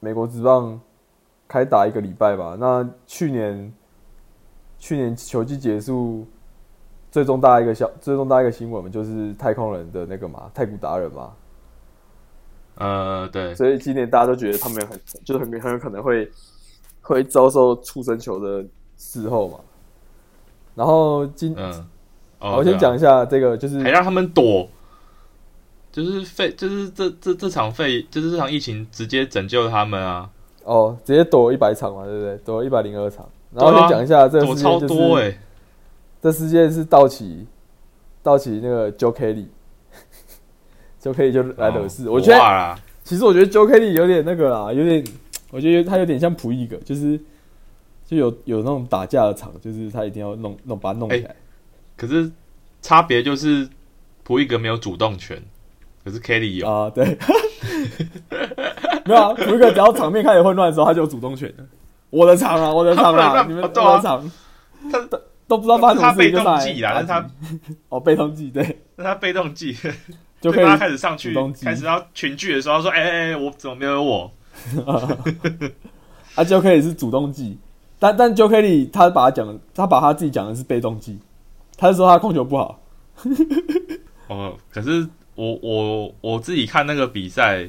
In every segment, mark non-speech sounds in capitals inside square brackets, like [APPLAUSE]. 美国职棒开打一个礼拜吧。那去年去年球季结束，最重大一个消最重大一个新闻嘛，就是太空人的那个嘛，太古达人嘛。呃，对，所以今年大家都觉得他们很就是很很有可能会会遭受触身球的事后嘛。然后今、嗯，好哦，我对先啊讲一下这个，就是还让他们躲，就是肺，就是这这这场肺，就是这场疫情直接拯救他们啊，哦，直接躲一百场嘛，对不对？躲一百零二场。然对啊后先讲一下这个躲事超件，就是、多哎、这事件是道奇，道奇那个 Joe [LAUGHS] Kelly，Joe Kelly 就来惹事。哦我觉得哇啦，其实我觉得 Joe Kelly 有点那个啦，有点，我觉得他有点像普伊格，就是就有有那种打架的场，就是他一定要弄弄把它弄起哎来。可是差别就是普伊格没有主动权，可是 Kelly 有，啊，对， [LAUGHS] 没有啊，普一个只要场面开始混乱的时候，他就有主动权了。我的场啊，我的场不 [LAUGHS] 啊，然你们哦我对啊的场，他都都不知道哦发生什么事情就上他被动技啦来但是他打击，哦被动技对，那他被动技，就可对以他开始上去主动，技开始要群聚的时候，他说：“哎、哎哎、我怎么没有我 [LAUGHS] 啊就可以是主动技，但但 j o k e y 他把他讲的，他把他自己讲的是被动技，他是说他控球不好，？”哦，可是我我我自己看那个比赛，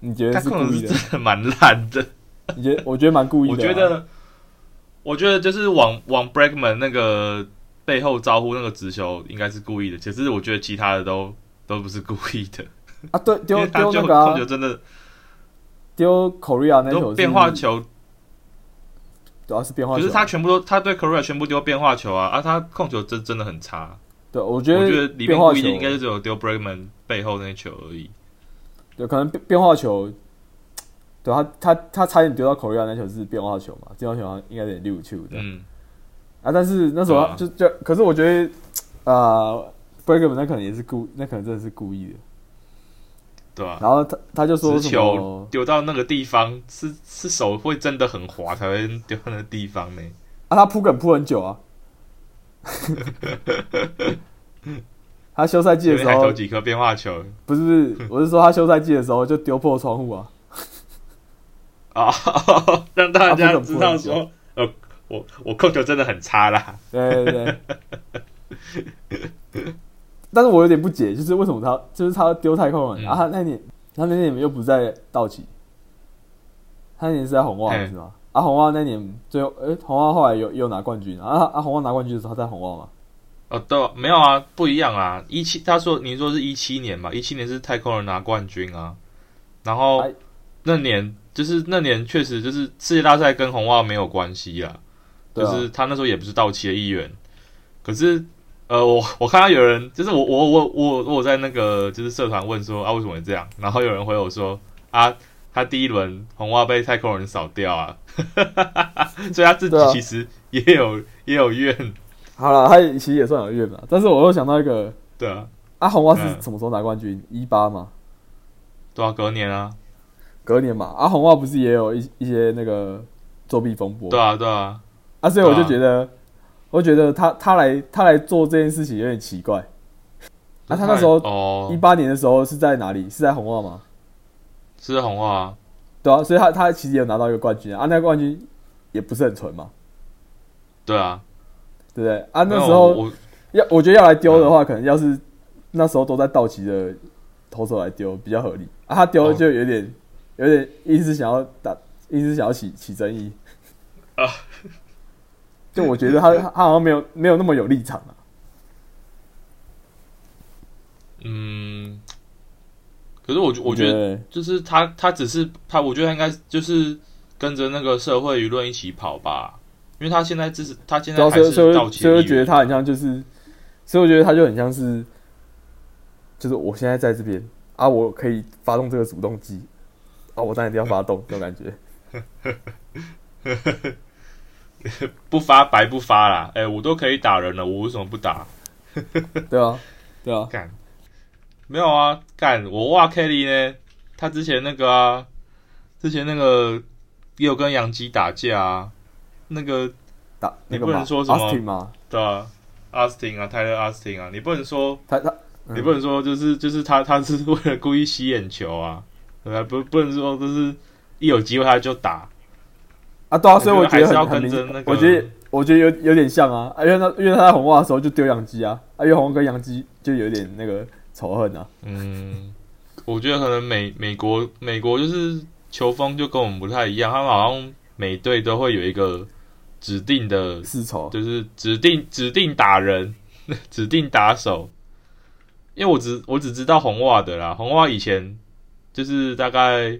你觉他得是可故能意是的？真的蛮烂的。你觉得？我觉得蛮故意的、啊我觉，得，我觉得就是往往 Breakman 那个背后招呼那个直球应该是故意的，其实我觉得其他的都都不是故意的，啊，对，因丢为他丢就那个控啊球真的丢 Korea 那球都是变化，球，主要是变化可球，是他全部都他对 Korea 全部丢变化球啊，啊，他控球真真的很差。对，我觉我得觉得里面变化故意球的应该就只有丢 Breakman 背后那球而已。对，可能变变化球，对他他他差点丢到口利亚那球是变化球嘛，变化球好像应该有点六球的、嗯，啊，但是那时候对啊就就，可是我觉得啊、b r e a k m a n 那可能也是故，那可能真的是故意的。对吧、然后他他就说直什球么丢到那个地方，是是手会真的很滑才会丢到那个地方呢。啊，他扑梗扑很久 [LAUGHS] 啊，他休赛季的因为时还候投几颗变化球不是不是，我是说他休赛季的时候就丢破窗户啊，啊， [LAUGHS] 让大家知道啊说，呃，我我控球真的很差啦。对对对。 [LAUGHS] 但是我有点不解，就是为什么他就是他丢太空人、嗯啊？他那年他那年又不在道奇，他那年是在红袜嘿是吗？啊，红袜那年最后，诶、红袜后来有又拿冠军啊啊！啊红袜拿冠军的时候他在红袜嘛？哦，对，没有啊，不一样啊。一七，他说你说是一七年嘛，一七年是太空人拿冠军啊，然后哎那年就是那年确实就是世界大赛跟红袜没有关系啦，对啊就是他那时候也不是道奇的一员，可是呃，我我看到有人就是我我我我我有在那个就是社团问说啊为什么会这样，然后有人回我说啊他第一轮红袜被太空人扫掉啊， [LAUGHS] 所以他自己对啊其实也有、也有怨，好了，他其实也算有怨吧。但是我又想到一个，对啊，啊，红袜是嗯什么时候拿冠军？一八嘛，对啊，隔年啊，隔年嘛。啊，红袜不是也有一一些那个作弊风波？对啊对啊，啊，所以我就对啊觉得，我觉得他他来他来做这件事情有点奇怪。啊，他那时候哦一八年的时候是在哪里？是在红袜吗？是红袜啊，对啊，所以他他其实也有拿到一个冠军啊，啊那个冠军也不是很纯嘛，对啊，对不对？啊，那没有时候我我要我觉得要来丢的话，嗯可能要是那时候都在道奇的投手来丢比较合理啊，他丢哦就有点、有点一直想要打，一直想要起起争议啊。 [LAUGHS] 就我觉得他他好像没有没有那么有立场啊。嗯，可是我觉我你觉得。得就是他，他只是他，我觉得他应该就是跟着那个社会舆论一起跑吧，因为他现在只是他现然在后还啊所以是所以道我歉，所以我觉得他很像就是，所以我觉得他就很像是，就是我现在在这边啊，我可以发动这个主动机啊，我当然一定要发动这种感 [LAUGHS] 觉。不发白不发啦，哎、我都可以打人了，我为什么不打？对啊，对啊，干，没有啊，干我哇 Kelly 呢，他之前那个啊，之前那个也有跟杨基打架啊，那个打那你个不能嘛说什么 Austin 嘛，对啊，Austin 啊，泰勒 Austin 啊，你不能说他他你啊不能说就是就是他他是为了故意吸眼球啊，对吧？不不能说就是一有机会他就打，啊，对啊，所以我我觉觉得得还是要很很明跟着显那，个我觉得我觉得有有点像啊，啊因为他因为他在红袜的时候就丢杨基啊，啊，因为红袜跟杨基就有点那个仇恨啊，嗯，我觉得可能美美国美国就是球风就跟我们不太一样，他们好像每队都会有一个指定的，世仇。就是指定指定打人， [LAUGHS] 指定打手。因为我只我只知道红袜的啦，红袜以前就是大概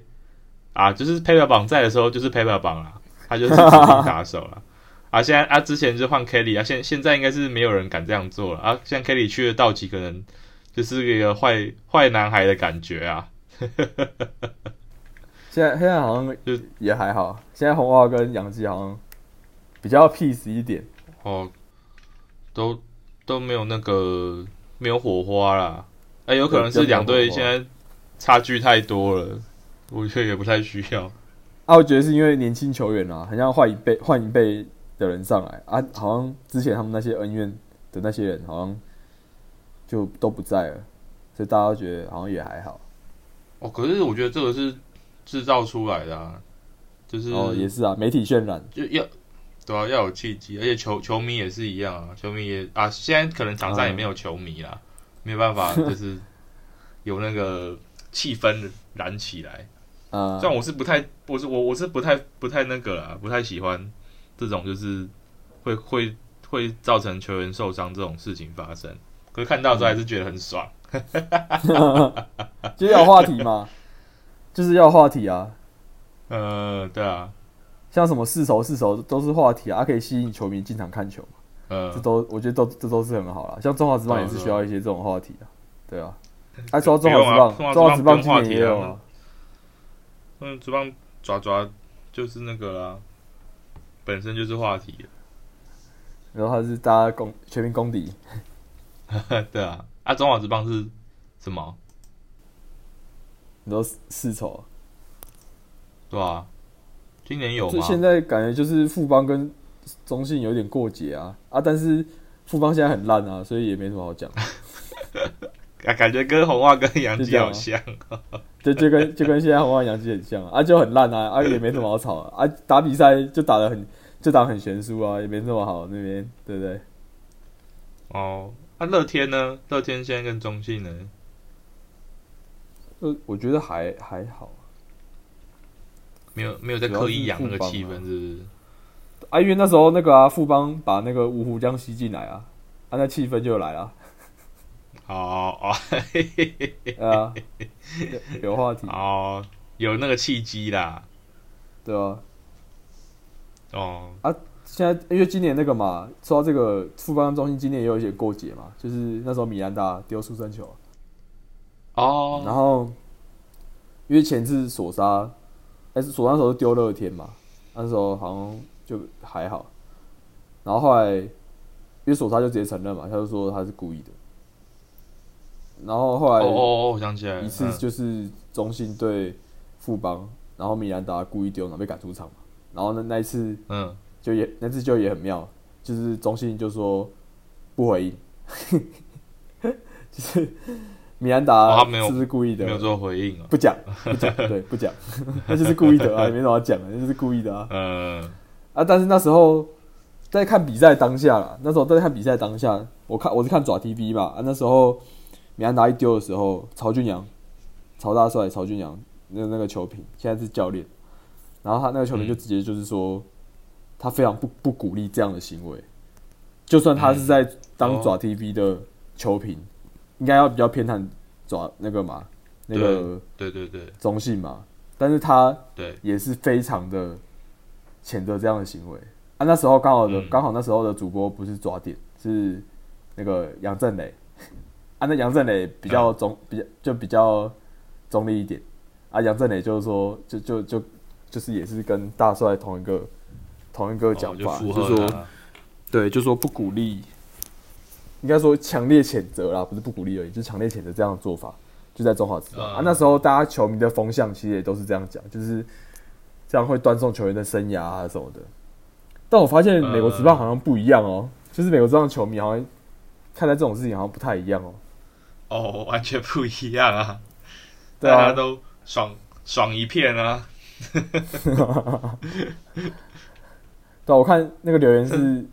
啊，就是 paper 榜在的时候就是 paper 榜啦，他就是指定打手啦。啊，现在啊之前就换 Kelly 啊，现现在应该是没有人敢这样做了啊。像 Kelly 去了道奇，可能就是一个坏坏男孩的感觉啊。现在现在好像就也还好，现在红袜跟杨基好像比较 peace 一点，哦，都都没有那个没有火花啦。哎、有可能是两队现在差距太多了，我觉得也不太需要。啊，我觉得是因为年轻球员啊，很像换一辈换一辈的人上来啊，好像之前他们那些恩怨的那些人好像就都不在了，所以大家都觉得好像也还好。哦，可是我觉得这个是制造出来的、啊，就是、哦，也是啊，媒体渲染，就要对啊，要有契机，而且球球迷也是一样啊，球迷也啊，现在可能场上也没有球迷啦，没有办法，就是有那个气氛燃起来。呃虽，然我是不太，我是我我是不太不太那个啦，不太喜欢这种就是会会会造成球员受伤这种事情发生。可是看到之后还是觉得很爽。就是要有话题嘛， [LAUGHS] 就是要有话题啊，呃，对啊，像什么世仇世仇都是话题啊，啊可以吸引球迷进场看球，这呃，都我觉得都这都是很好啦。像中华职棒也是需要一些这种话题啊，对啊。哎，说到中华职不用棒，嗯啊中华职棒中今华职棒不用话年题也有啊啊，嗯，这帮爪爪就是那个啦，本身就是话题然后他是大家攻全民公敌，了。 [LAUGHS] 对啊，啊，中华职棒是什么？你说世世仇，对啊，今年有就吗？现在感觉就是富邦跟中信有点过节啊啊，但是富邦现在很烂啊，所以也没什么好讲，啊，感觉跟红袜跟杨是基这样好吗像。就就跟就跟现在红袜杨基很像啊，啊就很烂啊啊也没什么好吵啊，啊打比赛就打得很就打得很悬殊啊，也没什么好那边对不对？啊哦，那、乐天呢？乐天现在跟中信呢？呃，我觉得还还好没有没有在刻意养那个气氛，是不是？啊，因为那时候那个啊富邦把那个五湖江吸进来啊，啊那气氛就来了，哦哦对啊，有有话题哦，有那个契机啦。对啊。哦，现在因为今年那个嘛，说到这个富邦中心今年也有一些过节嘛，就是那时候米兰达丢出生球，啊然哦，后因为前次索杀，哎、是索杀那时候丢乐天嘛，那时候好像就还好，然后后来因为索杀就直接承认嘛，他就说他是故意的，然后后哦来哦哦，我想起来了，一次嗯就是中信对富邦，然后米兰达故意丢，然后被赶出场嘛，然后呢那一次。嗯，就也那次就也很妙，就是中信就说不回应， [LAUGHS] 就是米兰哦达他没有是不是故意的？没有做回应哦。不讲，不讲，对，不讲， [LAUGHS] 那就是故意的啊，也没什么好讲的，那就是故意的啊呃，啊！但是那时候在看比赛当下啦，那时候在看比赛当下，我看我是看爪 TV 嘛啊，那时候米兰达一丢的时候，曹俊阳，曹大帅，曹俊阳那那个球评现在是教练，然后他那个球评就直接就是说，他非常不不鼓励这样的行为，就算他是在当爪 TV 的球评，应该要比较偏袒爪那个嘛那个对对对中性嘛，但是他对，也是非常的谴责这样的行为啊。那时候刚好的嗯刚、好那时候的主播不是抓点，是那个杨振磊 [LAUGHS] 啊。那杨振磊比较中，比嗯较就比较中立一点啊。杨振磊就是说，就就就就是也是跟大帅同一个同一个哦讲就法，附就和说他。对，就说不鼓励，应该说强烈谴责啦，不是不鼓励而已，就是强烈谴责这样的做法，就在中华职棒、嗯啊。那时候大家球迷的风向其实也都是这样讲，就是这样会断送球员的生涯啊什么的。但我发现美国职棒好像不一样哦，就是美国职棒球迷好像看待这种事情好像不太一样哦。哦，完全不一样啊，对大家啊，都爽爽一片啊。对啊，我看那个留言是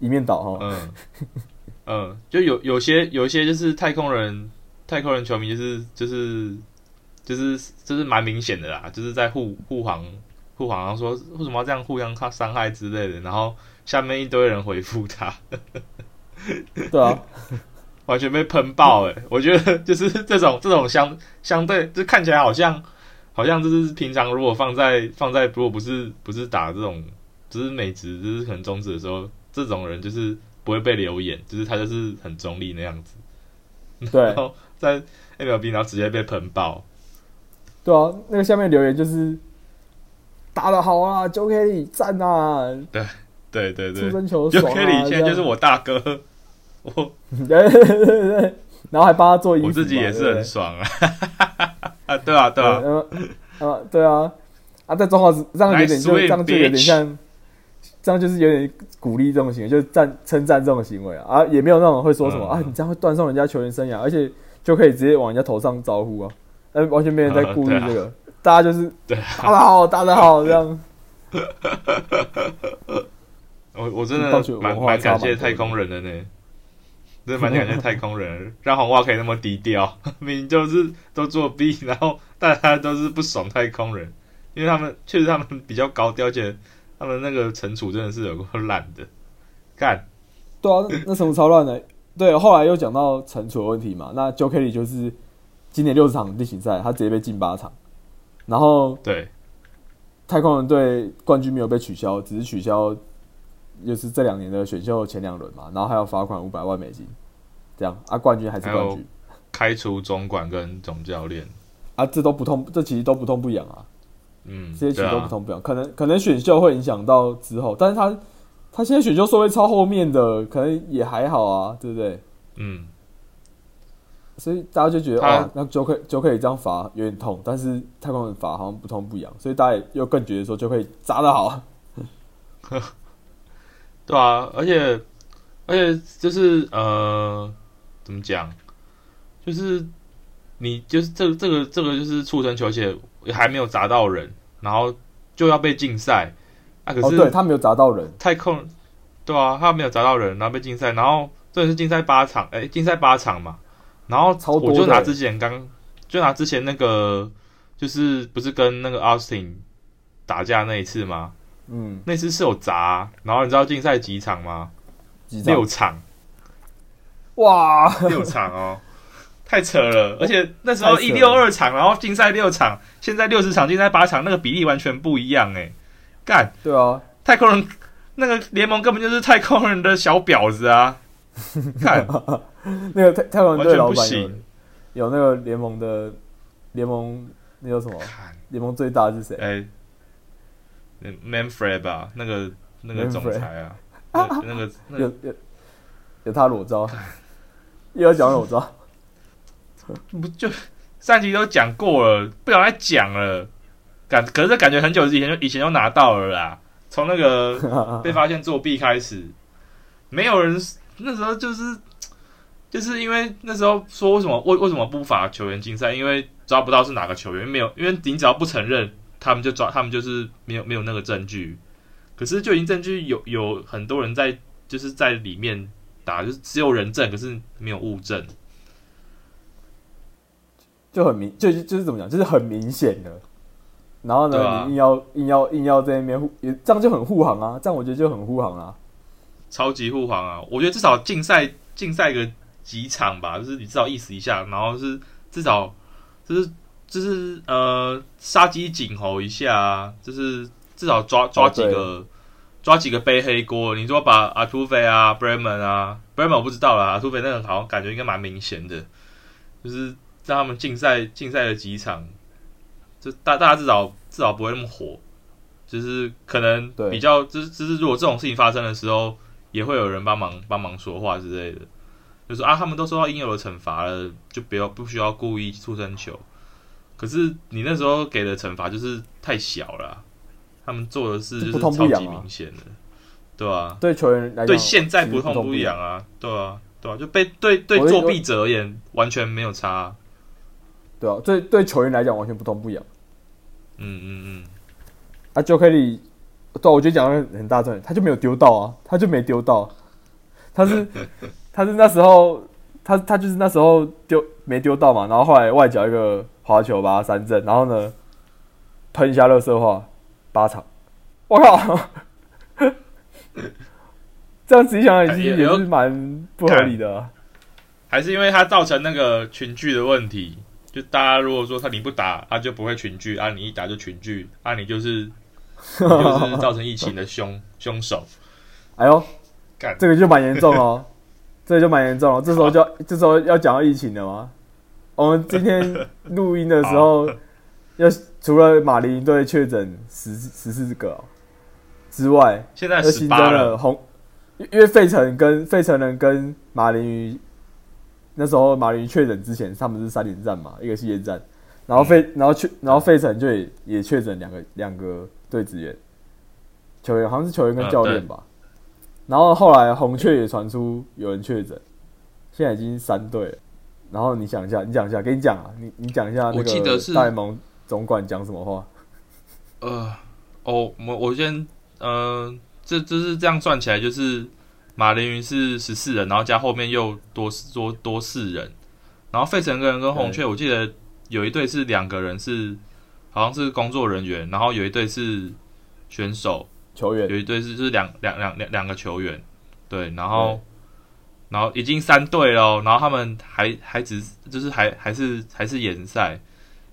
一面倒哈，嗯，嗯，就有有些有一些就是太空人，太空人球迷就是就是就是就是蛮明显的啦，就是在护护航护航，然后说为什么要这样互相伤伤害之类的，然后下面一堆人回复他，对啊，完全被喷爆哎、我觉得就是 [LAUGHS] 这种这种相相对，就看起来好像好像就是平常如果放在放在如果不是不是打这种就是美职就是很中指的时候，这种人就是不会被留言，就是他就是很中立那样子。对然后在 MLB 然后直接被喷爆，对啊，那个下面留言就是打得好啊，Joe Kelly 赞啊，对对出对生 [LAUGHS] 球，Joe 爽啊， Kelly 现在就是这样，我大哥，我对对对 [LAUGHS] 对然后还帮他做衣服嘛，我自己也是很爽啊，啊 [LAUGHS] 对啊对对啊，啊，啊对啊，啊在中华职这样有点 Nice 就 win, 这样就有点 bitch 像，这样就是有点鼓励这种行为，就是赞称赞这种行为啊，啊也没有那种会说什么、嗯啊你这样会断送人家球员生涯，而且就可以直接往人家头上招呼啊，呃完全没人在啊顾虑 [LAUGHS] 对啊这个，大家就是对啊打得好打得好这样。我我真棒球的文蛮化蛮差感蛮谢多的太空人的呢，[LAUGHS] 真的蛮感谢太空人，让红袜可以那么低调， [LAUGHS] 明明就是都作弊，然后大家都是不爽太空人，因为他们确实他们比较高调，而且他们那个惩处真的是有够烂的，干对啊，那那什么超乱的。对，后来又讲到惩处的问题嘛，那 Joe Kelly 就是今年六十场例行赛，他直接被禁八场，然后对。太空人队冠军没有被取消，只是取消就是这两年的选秀前两轮嘛，然后还要罚款五百万美金，这样啊，冠军还是冠还有军开除总管跟总教练，啊，这都不痛，这其实都不痛不痒啊，嗯，这些其对实啊都不痛不痒，可能可能选秀会影响到之后，但是他他现在选秀顺位超后面的，可能也还好啊，对不对？嗯，所以大家就觉得他哇，那就可以就可以这样罚有点痛，但是太空人罚好像不痛不痒，所以大家也又更觉得说就可以砸得好，对啊，而且而且就是呃，怎么讲，就是你就是这个这个这个就是促成球鞋还没有砸到人，然后就要被禁赛啊，可哦，是、对他没有砸到人，太空，对啊，他没有砸到人，然后被禁赛，然后这是禁赛八场，哎、禁赛八场嘛，然后超多我的就拿欸之前刚，就拿之前那个，就是不是跟那个 Austin 打架那一次吗？嗯，那次是有砸啊、然后你知道禁赛几场吗？几张六 [LAUGHS] 场，哇，六场哦，太扯了，而且那时候太扯一了六二场，然后禁赛六场，现在六十场禁赛八场，那个比例完全不一样哎、干。对啊， [LAUGHS] 太空人那个联盟根本就是太空人的小婊子 [LAUGHS] 啊！看，那个太太空人队老完板全有不行有那个联盟的联盟那叫什么？看，联盟最大是谁？哎、m a n f r e d 吧，那个那个 Manfred 总裁 [LAUGHS] 啊，那那个那有个有有他裸照， [LAUGHS] 又要讲裸照，不就上集都讲过了，不想再讲了。感可是感觉很久以前就以前就拿到了啦，从那个被发现作弊开始，没有人那时候就是就是因为那时候说为什么为为什么不罚球员禁赛，因为抓不到是哪个球员，没有因为你只要不承认，他们就抓他们就是没有没有那个证据。可是就已经证据有有很多人在就是在里面打，就是只有人证，可是没有物证。就很明，就就是怎么讲，就是很明显的。然后呢，对啊你硬要硬要硬要在那边护，也这样就很护航啊，这样我觉得就很护航啊。超级护航啊！我觉得至少竞赛竞赛个几场吧，就是你至少意识一下，然后是至少就是就是呃杀鸡儆猴一下啊，就是至少抓抓哦几对个、抓几个背黑锅。你说把阿土匪啊、Bremen 啊、Bremen 我不知道啦，阿土匪那个好像感觉应该蛮明显的，就是让他们竞赛竞赛了几场，就大大家至少至少不会那么火，就是可能对比较就是就是如果这种事情发生的时候，也会有人帮忙帮忙说话之类的，就是啊他们都受到应有的惩罚了，就不要不需要故意出生球。可是你那时候给的惩罚就是太小了啊、他们做的事这就是不痛不超痒级啊明显的，对啊。对球员来讲，对现在其实不不不痛不痒啊，对啊，对啊，就被对对我就作弊者而言完全没有差啊、对啊，对对球员来讲完全不痛不痒。嗯嗯啊，Joe Kelly，对啊、我觉得讲得很大重点，他就没有丢到啊，他就没丢到，他是 [LAUGHS] 他是那时候他他就是那时候丢没丢到嘛，然后后来外角一个滑球把他三振，然后呢喷一下热色话八场，我靠，这样仔细想想也也是也有是蛮不合理的啊、还是因为它造成那个群聚的问题。就大家如果说他你不打，他就不会群聚；啊，你一打就群聚，啊，你就是你就是造成疫情的凶凶手。哎呦，干这个就蛮严重哦，这个就蛮严重哦了。这时候就要这时候要讲到疫情了吗？我们今天录音的时候，要除了马林队确诊十十四个哦之外，现在又十新八增了，了红，因因为费城跟费城人跟马林鱼那时候马林鱼确诊之前，他们是三连战嘛，一个系列战，然后嗯费、然后确然后费城就也也确诊两个两个队职员球员，好像是球员跟嗯教练对吧。然后后来红雀也传出有人确诊，现在已经三队了。然后你想一下，你讲一下，给你讲啊，你你讲一下那我记得个是大联盟总管讲什么话？呃，哦，我我先，呃，这这是这样算起来，就是马林鱼是十四人，然后加后面又多多多四人，然后费城个人跟红雀，我记得有一队是两个人是好像是工作人员，然后有一队是选手，球员有一队是就是两两两两两个球员，对，然后然后已经三队了哦，然后他们还还只就是还还是还是延赛，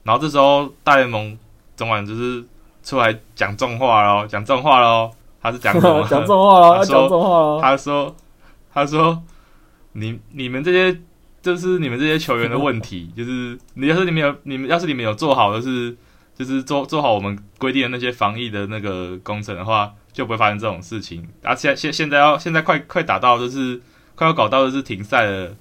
然后这时候大联盟总管就是出来讲重话喽，讲重话喽，他是讲什 [LAUGHS] 么？讲重话了，他要说讲重话了。他说：“他说，你你们这些就是你们这些球员的问题，就是你要是你们有你们要是你们有做好的是就是做做好我们规定的那些防疫的那个工程的话，就不会发生这种事情。而且现现在要现在快快打到就是快要搞到就是停赛了，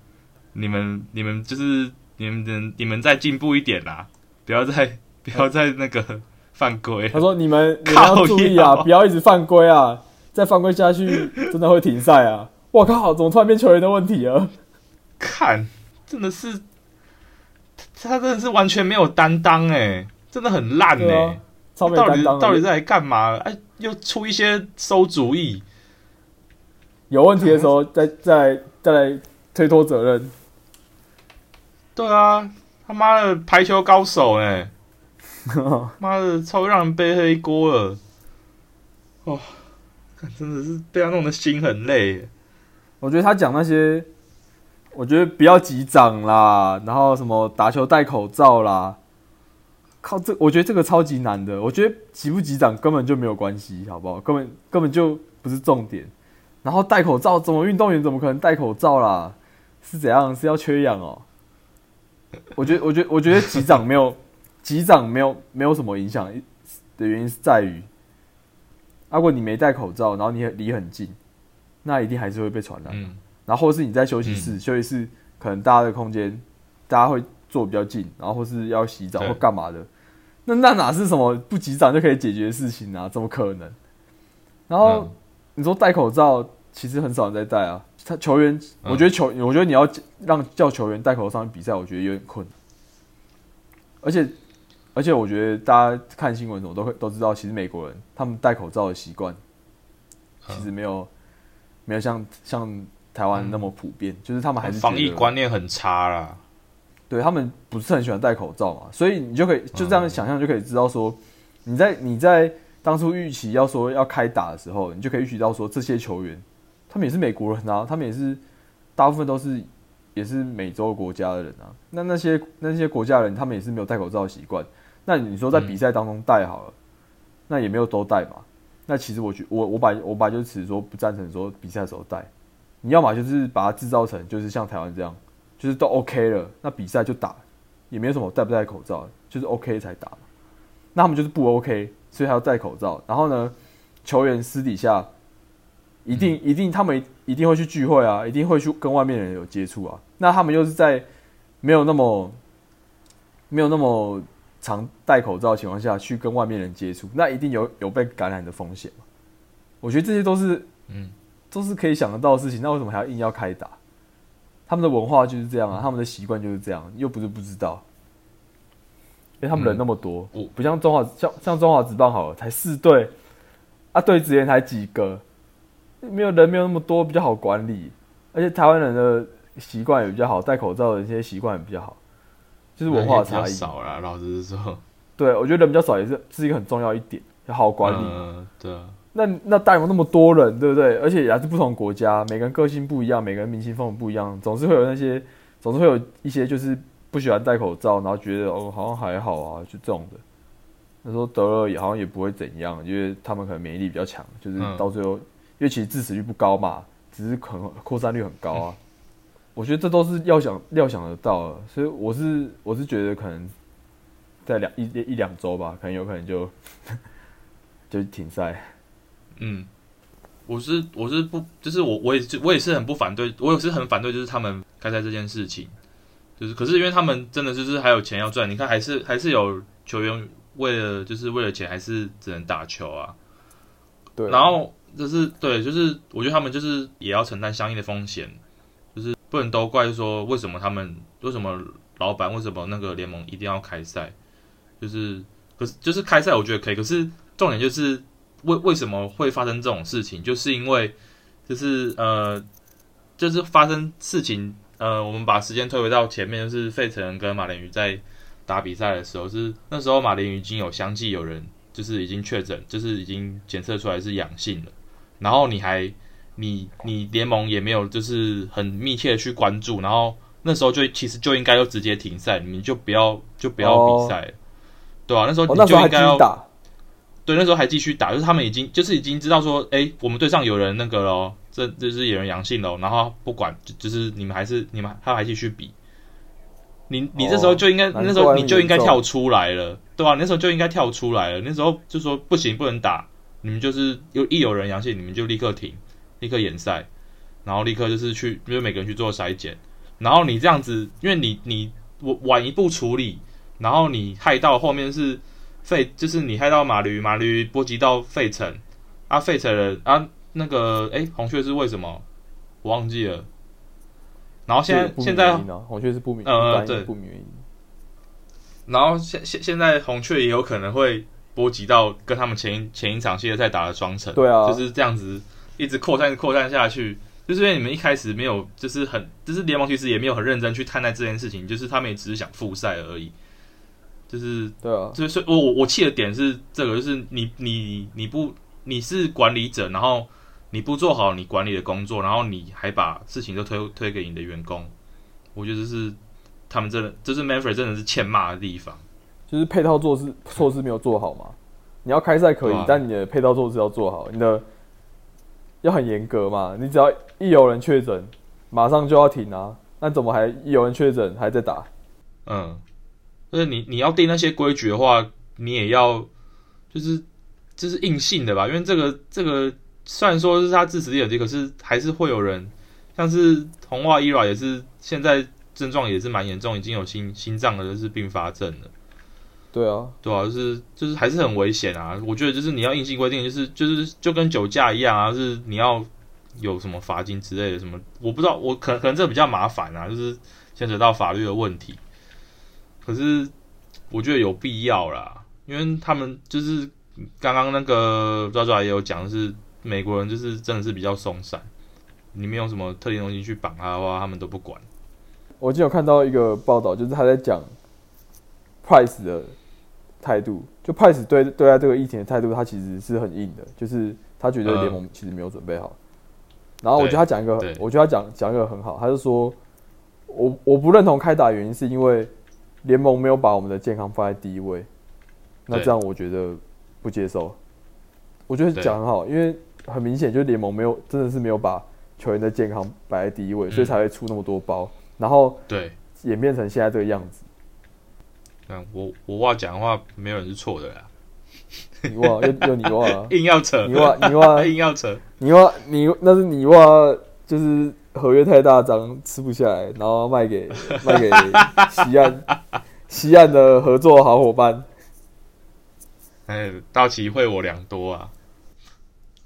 你们你们就是你们你们再进步一点啦，不要再不要再那个犯规。”他说：“你们你们要注意啊，靠腰不要一直犯规啊，再犯规下去真的会停赛啊！我靠，怎么突然变球员的问题了？看，真的是他他真的是完全没有担当哎、真的很烂哎、对啊超没到担底当到底的，是来干嘛？哎，又出一些馊主意，有问题的时候再再再来推脱责任。对啊，他妈的排球高手哎、 [LAUGHS] 妈的超让人背黑锅了，哦，看真的是被他弄得心很累、我觉得他讲那些，我觉得不要击掌啦，然后什么打球戴口罩啦，靠这，我觉得这个超级难的。我觉得击不击掌根本就没有关系，好不好？根本根本就不是重点。然后戴口罩，怎么运动员怎么可能戴口罩啦？是怎样？是要缺氧哦？我觉得，我觉得，我觉得击掌没有 [LAUGHS] 击掌没有没有什么影响的原因是在于，啊如果你没戴口罩，然后你很离很近，那一定还是会被传染。嗯然后或是你在休息室，休息室可能大家的空间，大家会坐比较近，然后或是要洗澡对或干嘛的，那那哪是什么不急涨就可以解决的事情啊？怎么可能？然后、嗯你说戴口罩，其实很少人在戴啊。他球员，嗯我觉得球，我觉得你要让叫球员戴口罩上去比赛，我觉得有点困难。而且，而且我觉得大家看新闻什么都会都知道，其实美国人他们戴口罩的习惯，嗯其实没有、没有像像台湾那么普遍，就是他们还是嗯防疫觉得观念很差啦。对他们不是很喜欢戴口罩嘛，所以你就可以就这样嗯想象就可以知道说，你在你在嗯当初预期要说要开打的时候，你就可以预期到说这些球员，他们也是美国人啊，他们也是大部分都是也是美洲国家的人啊，那那些那些国家人他们也是没有戴口罩的习惯，那你说在比赛当中戴好了，那也没有都戴嘛，那其实我觉我我把我把就是持说不赞成说比赛的时候戴，你要么就是把它制造成就是像台湾这样。就是都 OK 了，那比赛就打，也没有什么戴不戴口罩，就是 OK 才打。那他们就是不 OK，所以还要戴口罩。然后呢，球员私底下一定、一定他们一定会去聚会啊，一定会去跟外面人有接触啊。那他们又是在没有那么没有那么常戴口罩的情况下去跟外面人接触，那一定有有被感染的风险嘛。我觉得这些都是嗯，都是可以想得到的事情，那为什么还要硬要开打？嗯他们的文化就是这样啊，他们的习惯就是这样，又不是不知道。因为他们人那么多，嗯我不像中华像像中华职棒好了，才四队，啊队之前才几个，没有人没有那么多，比较好管理，而且台湾人的习惯也比较好，戴口罩的一些习惯也比较好，就是文化人也比较差异。少啦，老实说，对，我觉得人比较少也是是一个很重要一点，好管理。嗯，对啊，那那大联盟那么多人，对不对？而且也来自不同国家，每个人个性不一样，每个人明星风格不一样，总是会有那些，总是会有一些就是不喜欢戴口罩，然后觉得哦好像还好啊，就这种的。那时候得了也好像也不会怎样，因为他们可能免疫力比较强，就是嗯到最后，因为其实致死率不高嘛，只是可能扩散率很高啊。我觉得这都是要想料想得到的，所以我是我是觉得可能在两一一两周吧，可能有可能就 [LAUGHS] 就停赛。嗯，我是我是不，就是我我也是我也是很不反对，我也是很反对，就是他们开赛这件事情，就是可是因为他们真的就是还有钱要赚，你看还是还是有球员为了就是为了钱还是只能打球啊，对啊，然后就是对，就是我觉得他们就是也要承担相应的风险，就是不能都怪说为什么他们为什么老板为什么那个联盟一定要开赛，就是可是就是开赛我觉得可以，可是重点就是为为什么会发生这种事情，就是因为就是呃就是发生事情呃，我们把时间推回到前面，就是费城跟马林鱼在打比赛的时候，是那时候马林鱼已经有相继有人就是已经确诊，就是已经检测出来是阳性了，然后你还你你联盟也没有就是很密切的去关注，然后那时候就其实就应该要直接停赛，你们就不要就不要哦比赛了，对啊，那时候哦，你那时就候还应继该要、续打，对，那时候还继续打，就是他们已经就是已经知道说，哎、我们队上有人那个咯，这这就是有人阳性咯，然后不管，就就是你们还是你们还他还继续比。你你这时候就应该、哦难怪那时候你就应该那么严重跳出来了，对吧、啊？你那时候就应该跳出来了，那时候就说不行不能打，你们就是有一有人阳性，你们就立刻停，立刻延赛，然后立刻就是去就是每个人去做筛检，然后你这样子，因为你你我晚一步处理，然后你害到后面是费，就是你害到马驴，马驴波及到费城，啊费城人啊那个哎红雀是为什么？我忘记了。然后现这个在不明现在原因啊，红雀是不明，呃一般对不明原因。然后现现现在红雀也有可能会波及到跟他们前一前一场系列赛打的双城，对啊就是这样子一直扩散扩散下去，就是因为你们一开始没有就是很就是联盟其实也没有很认真去看待这件事情，就是他们也只是想复赛而已，就是对啊，就是我我我气的点是这个，就是你你你不你是管理者，然后你不做好你管理的工作，然后你还把事情都推推给你的员工，我觉得这是他们真的，这是 Manfred 真的是欠骂的地方。就是配套措施措施没有做好嘛。你要开赛可以对啊，但你的配套措施要做好，你的要很严格嘛。你只要一有人确诊，马上就要停啊。那怎么还一有人确诊还在打？嗯，就是你你要定那些规矩的话，你也要就是就是硬性的吧，因为这个这个虽然说是他致死率很低，可是还是会有人，像是红袜伊朗也是现在症状也是蛮严重，已经有心心脏的就是并发症了，对啊，对啊，就是就是还是很危险啊。我觉得就是你要硬性规定，就是就是就跟酒驾一样啊，就是你要有什么罚金之类的什么，我不知道，我可能可能这比较麻烦啊，就是牵扯到法律的问题。可是我觉得有必要啦，因为他们就是刚刚那个抓抓也有讲，就是美国人就是真的是比较松散，你没有什么特定东西去绑他的话，他们都不管。我今天有看到一个报道，就是他在讲 Price 的态度，就 Price 对对待这个疫情的态度，他其实是很硬的，就是他觉得联盟其实没有准备好。然后我觉得他讲一个嗯对，我觉得他讲讲一个很好，他就说，我我不认同开打的原因是因为联盟没有把我们的健康放在第一位，那对这样我觉得不接受。我觉得对讲得很好，因为很明显就是联盟没有真的是没有把球员的健康摆在第一位，所以嗯才会出那么多包，然后。对，演变成现在这个样 [LAUGHS] 子。嗯，我我话讲的话，没有人是错的啦，，你哇，又又你哇了硬要扯，你哇你哇 [LAUGHS] 硬要扯。你哇你那是你哇，就是合约太大张，吃不下来，然后卖给卖 [LAUGHS] 给西岸西岸的合作好伙伴。哎，道奇惠我良多啊，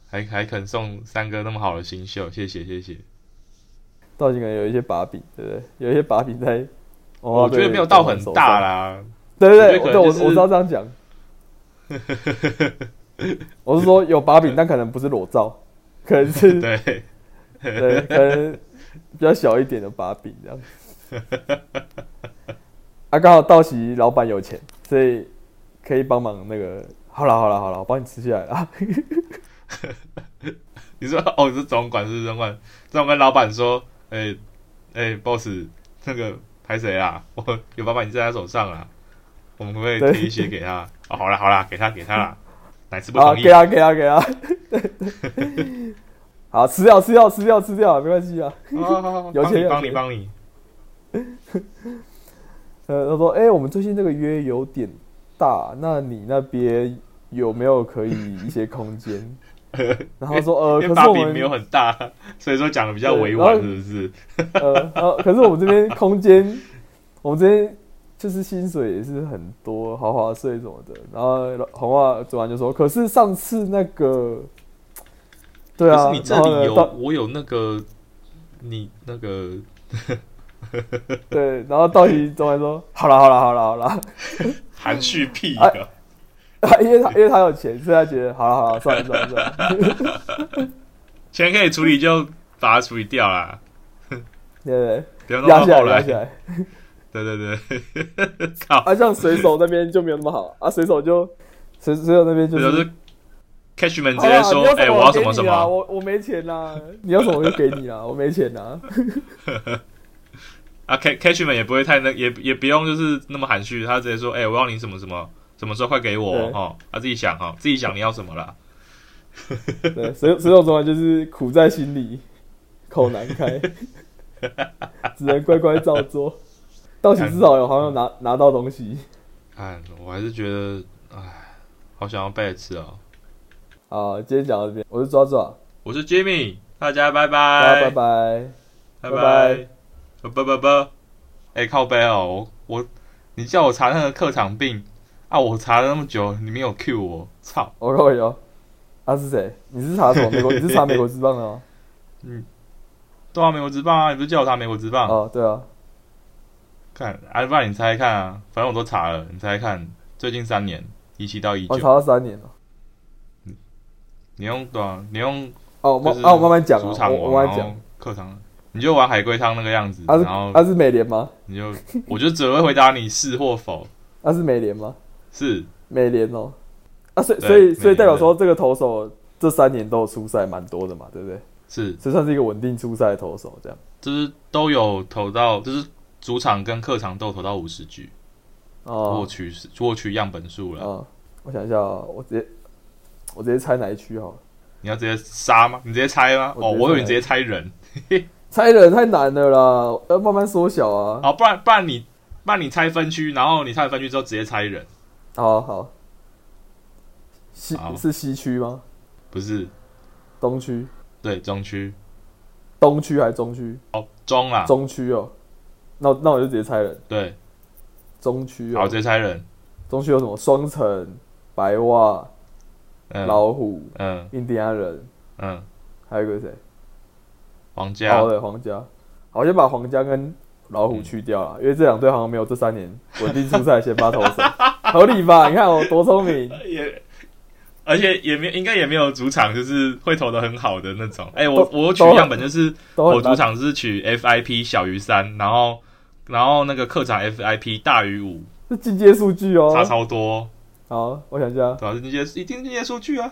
还还肯送三哥那么好的新秀，谢谢谢谢。 [LAUGHS] 道奇可能有一些把柄，对不对？有一些把柄在，我觉得没有到很大了。啦，对我觉对得可对，能对我就是我知道这样 [LAUGHS] 讲。我是说有把柄，但可能不是裸照，可能是对， [LAUGHS] 对，可能比较小一点的把柄这样。啊，刚好道奇老板有钱，所以可以帮忙那个。好了好了好了，我帮你吃下来啊。你说哦，你是总管是不是总管，总管老板说，哎、哎、b o s s 那个拍谁啊？ [LAUGHS] 我有把你在他手上啊，我们可不可以对贴一些给他？哦，好啦好啦，给他给他啦，哪次不啊，同意给？啊给啊给啊。 [LAUGHS] 好，吃掉吃掉吃掉吃掉，没关系啊。哦好好好有帮钱你有帮你钱帮你，呃，他说：“哎、我们最近这个约有点大，那你那边有没有可以一些空间？” [LAUGHS] 然后他说：“呃，因为可把是我柄没有们很大， [LAUGHS] 所以说讲的比较对委然后婉，是不是？呃，呃，可是我们这边空间，我们这边就是薪水也是很多，豪华税什么的。”然后红袜昨晚就说：“可是上次那个，对啊，可是你这然后里呢有到我有那个你那个对，然后道奇昨晚说：好了好了好了好了，含蓄屁哎 [LAUGHS] 的，因为他因为他有钱，所以他觉得好了好了，算了算了算了。”钱可以处理就把它处理掉啦，对不对，要弄压到下后来，压来。下来。对对对，靠，啊，像水手那边就没有那么好啊，水手就水水手那边就就是是 Cashman 直好啦接说你有：“哎、我要什给么什你啦么。我我没钱啦，你要什么我就给你啦，我没钱啦。啊，Cash Cashman 也不会太那，也也不用就是那么含蓄，他直接说：哎、我要你什么什么，什么时候快给我对哦。他、自己想哈、哦，自己想你要什么啦。 [LAUGHS] 对，水水手昨晚就是苦在心里，口难 [LAUGHS] 开，只能乖乖照做。道奇至少有好像有嗯拿拿到东西。看，哎我还是觉得，哎，好想要贝吃哦。好，今天讲到这边，我是抓抓，我是 Jimmy，大家拜大家拜，拜拜。拜拜拜，拜拜拜。哎、靠背哦，我我你叫我查那个客场病啊，我查了那么久，你没有 Q 我，操！我靠有，他是谁？你是查什么？美国？你是查美国之棒的吗？对啊，美国职棒 [LAUGHS] 啊，你不是叫我查美国职棒？哦，对啊，看，啊，不然你猜猜看啊，反正我都查了，你猜猜看，最近三年一七到一我查九，到三年了。你用对啊，你用哦，我就慢是啊，我慢慢讲主啊，场我我慢王，然慢讲啊后。客场，你就玩海龟汤那个样子，他是然后他是美联吗？你就，我就只会回答你是或否，他啊是美联吗？是，美联哦，啊，所以对所以所以美联代表说这个投手这三年都有出赛蛮多的嘛，对不对？是，这算是一个稳定出赛的投手，这样。就是都有投到，就是主场跟客场都有投到五十局，获哦取获取样本数了，哦，我想一下哦，我直接我直接猜哪一区好了？你要直接杀吗？你直接猜吗？我哦，直接我以为你猜直接猜人，猜人太难了啦，要慢慢缩小啊。好，不然不然你不然你猜分区，然后你猜分区之后直接猜人，好好，西好是西区吗？不是，东区？对，中区。东区还是中区？哦，中啦，中区哦。那我那我就直接猜人，对，中区好，哦直。接猜人，中区有什么？双城、白袜、嗯，老虎、嗯印第安人，嗯，还有一个谁？皇家嗯哦，，对，皇家。好，先把皇家跟老虎去掉了，因为这两队好像没有这三年稳定出赛先发投手，合理吧？你看我多聪明，也，而且也没应该也没有主场就是会投的很好的那种。哎、我都我取都样本就是都我很主烂。场是取 FIP 小于三，然后然后那个客场 FIP 大于五，是进阶数据哦。差超多，好，我想一下，对吧、是这些一定这些数据啊，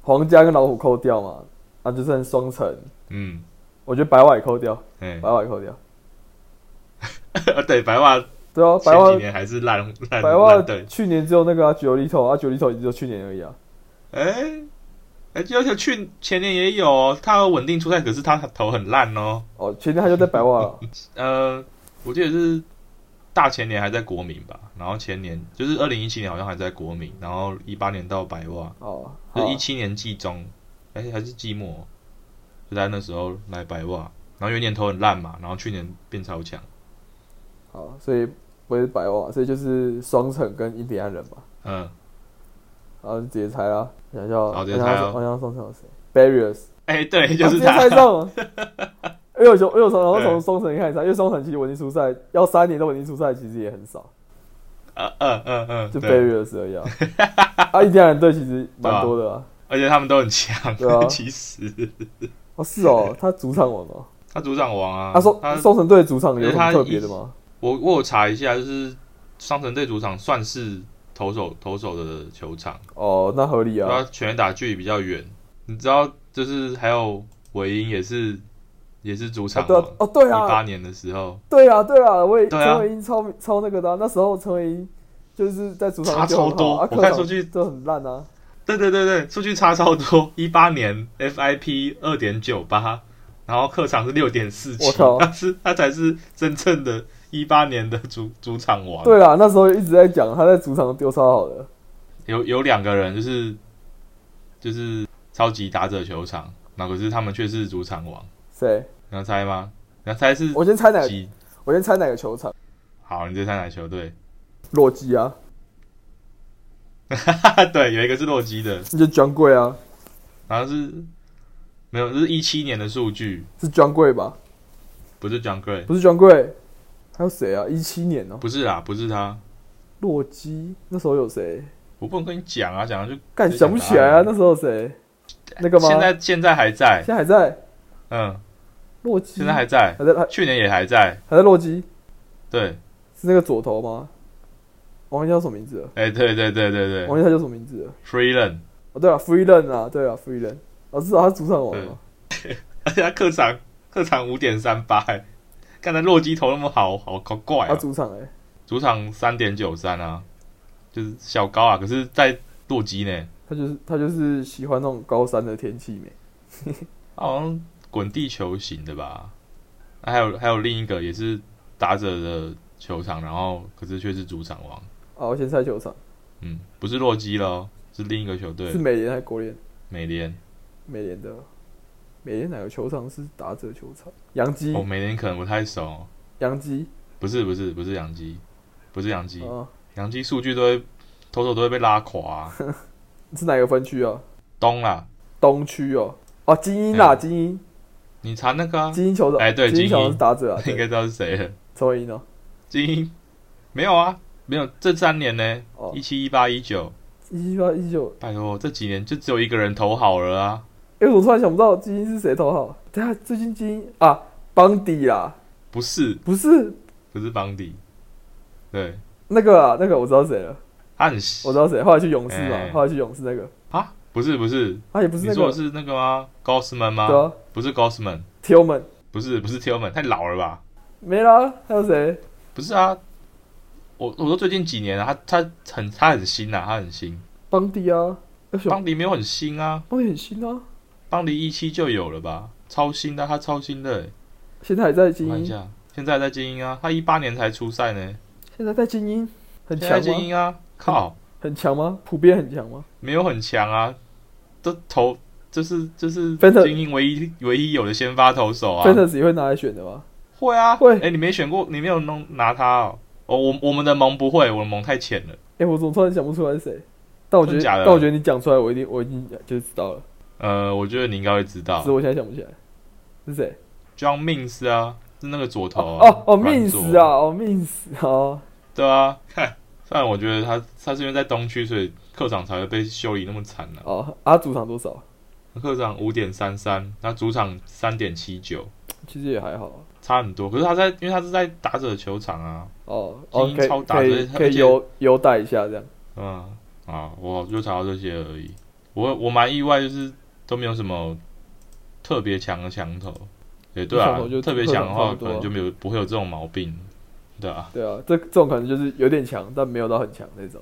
皇家跟老虎扣掉嘛，那就剩双城。嗯，我觉得白袜也扣掉，哎、白袜也扣掉。 [LAUGHS] 对，白袜对啊，白前袜几年还是烂烂白袜烂队，去年只有那个啊，九里头啊，九里头也只有去年而已啊。哎、哎，而且去前年也有哦，他有稳定出赛，可是他投很烂哦。哦，前年他就在白袜了。呃，我记得是大前年还在国民吧，然后前年就是二零一七年好像还在国民，然后一八年到白袜，哦，好 [LAUGHS] 就是一七年季中，哎、还是季末，就在那时候来白袜，然后有一年投很烂嘛，然后去年变超强，好，所以不会是白袜，所以就是双城跟印第安人吧。嗯，然后就直接猜啦，想要，好我直想接猜要，哦我想要双城有谁？Barriers， [LAUGHS] 哎、对，就啊直是接他，猜中 [LAUGHS] 了。因为我从，啊因为我从，然后对从双城一开始猜，因为双城其实稳定出赛，要三年都稳定出赛，其实也很少。呃呃呃呃，就对， Barriers 而已啊。 [LAUGHS] 啊，印第安人队其实蛮多的啊。而且他们都很强 [LAUGHS] 对啊，其实哦，是 [LAUGHS] 哦，他主场王哦。他主场王啊，啊，松他松城队的主场有什么他特别的吗？我我有查一下，就是双城队主场算是投手投手的球场，哦，那合理主啊。要全垒打距离比较远。你知道，就是还有尾音也是也是主啊场对王，啊，哦，对一八、啊，年的时候对啊，对啊，我也对啊陈伟英超超那个的啊，那时候陈伟英就是在主场差就很超多好啊，我客看场数据都很烂啊。对对对对，数据差超多， [LAUGHS] 一八年 FIP 二点九八，然后客场是六点四七我，靠他是他才是真正的一八年的主主场王。对啊啦，那时候一直在讲他在主场丢超好的，有有两个人就是就是超级打者球场，那可是他们却是主场王，谁？你要猜吗？你要猜是我先猜哪个？几？我先猜哪个球场？好，你就猜哪球队？洛基啊， [LAUGHS] 对，有一个是洛基的，你就专柜啊，然后是没有，这是一七年的数据，是专柜吧？不是 John Gray，不是专柜，还有谁啊？一七年哦、不是啦，不是他，洛基那时候有谁？我不能跟你讲啊，讲了就干直接想不起来啊，答案那时候有谁？那个吗？现在现在还在现，在还在嗯，洛基，现在还在，还在还去年也还在，还在洛基，对，是那个左投吗？我忘记他叫什么名字了，哎、对对对对我对忘记他叫什么名字了。 ，Freeland，哦，对了，Freeland 啊，对了，Freeland，哦，至少他是主场王嘛。而且他哎客场客场五点三八，哎，看他洛基投那么好，好搞怪、他啊，主场哎、欸，主场三点九三啊，就是小高啊，可是，在洛基呢，他就是他就是喜欢那种高山的天气美。他好像滚地球型的吧？啊还有还有另一个也是打者的球场，然后可是却是主场王，啊，我先猜球场，嗯，不是洛基咯，是另一个球队是美联还是国联？美联。美联的，美联哪个球场是打者球场？洋基哦，，美联可能不太熟，洋基不是不是不是洋基，不是洋基，啊，洋基数据都会投手都会被拉垮、啊。是哪个分区啊？东啦，东区哦，哦，精英啦，嗯精英，你查那个、啊，精英球场，哎对精精英球场是打者啊，应 [LAUGHS] 该对知道是谁了。陈伟英哦，精英没有啊，没有这三年呢，哦一，七一八一九，一八一九，拜托这几年就只有一个人投好了啊，哎，我突然想不到精英是谁投好，等一下最近精英啊，邦迪啦，不是不是不是邦迪，对，那个啊，那个我知道谁了，他很我知道谁，后来去勇士哎嘛，后来去勇士那个，啊，不是不是，他也不是你那说个的，是那个吗？Gossman 吗？对啊不是 Gossman， ，Tillman 不是不是 Tillman，太老了吧？没啦，还有谁？不是啊，我我说最近几年啊，他他很他很新啊，他很新，邦迪啊，哎呦邦迪没有很新啊，邦迪很新啊，邦迪一期就有了吧？超新的，他超新的、欸，现在还在我精看一英，下，现在在精英啊，他一八年才出赛呢，现在在精英，很现强在精吗？嗯英啊，靠，很强吗？普遍很强吗？没有很强啊，都投就是就是芬特精英唯一唯一有的先发投手啊， Fantasy 会拿来选的吗？会啊会哎、你没选过，你没有弄拿他哦，哦，我我们的盟不会，我的盟太浅了，哎、我怎么突然想不出来是谁？但我觉得，真假的但我觉得你讲出来，我一定，我已经就是知道了，呃，我觉得你应该会知道只是我现在想不起来是谁。 ，John Mins 啊，是那个左投啊哦哦，软命左死啊，哦命死哦，对啊，看，虽然我觉得他他是因为在东区，所以客场才会被修理那么惨呢、哦，啊，主场多少？客场五点三三，那主场三点七九，其实也还好啊。差很多。可是他在，因为他是在打者球场啊，哦精哦，英可以超打可而以且他可而以且优优待一下这样。嗯啊，我就查到这些而已。我我蛮意外，就是都没有什么特别强的强头。也对啊强头就，特别强的客场差不话，可多啊能就没有不会有这种毛病，对啊。对啊，这这种可能就是有点强，但没有到很强那种。